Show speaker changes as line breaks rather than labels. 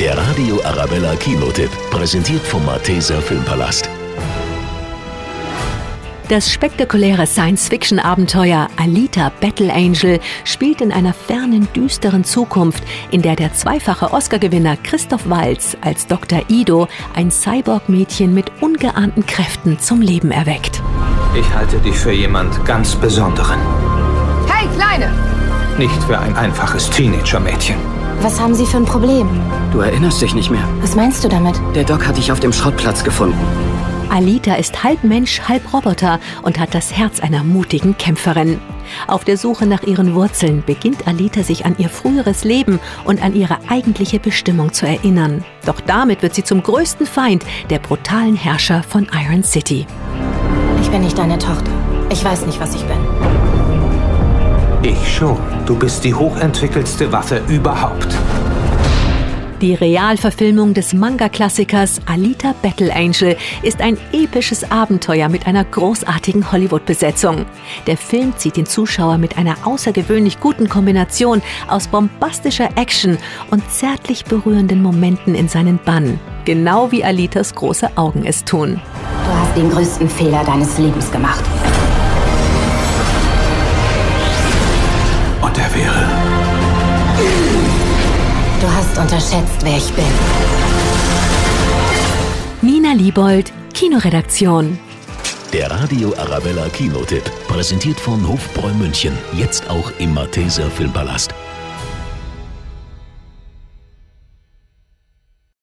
Der Radio Arabella Kinotipp, präsentiert vom Malteser Filmpalast.
Das spektakuläre Science-Fiction-Abenteuer Alita Battle Angel spielt in einer fernen, düsteren Zukunft, in der der zweifache Oscar-Gewinner Christoph Walz als Dr. Ido ein Cyborg-Mädchen mit ungeahnten Kräften zum Leben erweckt.
Ich halte dich für jemand ganz Besonderen.
Hey, Kleine!
Nicht für ein einfaches Teenager-Mädchen.
Was haben Sie für ein Problem?
Du erinnerst dich nicht mehr.
Was meinst du damit?
Der Doc hat dich auf dem Schrottplatz gefunden.
Alita ist halb Mensch, halb Roboter und hat das Herz einer mutigen Kämpferin. Auf der Suche nach ihren Wurzeln beginnt Alita sich an ihr früheres Leben und an ihre eigentliche Bestimmung zu erinnern. Doch damit wird sie zum größten Feind der brutalen Herrscher von Iron City.
Ich bin nicht deine Tochter. Ich weiß nicht, was ich bin.
Ich schon. Du bist die hochentwickelste Waffe überhaupt.
Die Realverfilmung des Manga-Klassikers Alita Battle Angel ist ein episches Abenteuer mit einer großartigen Hollywood-Besetzung. Der Film zieht den Zuschauer mit einer außergewöhnlich guten Kombination aus bombastischer Action und zärtlich berührenden Momenten in seinen Bann. Genau wie Alitas große Augen es tun.
Du hast den größten Fehler deines Lebens gemacht.
Und er wäre.
Du hast unterschätzt, wer ich bin.
Nina Liebold, Kinoredaktion.
Der Radio Arabella Kinotipp, präsentiert von Hofbräu München, jetzt auch im Malteser Filmpalast.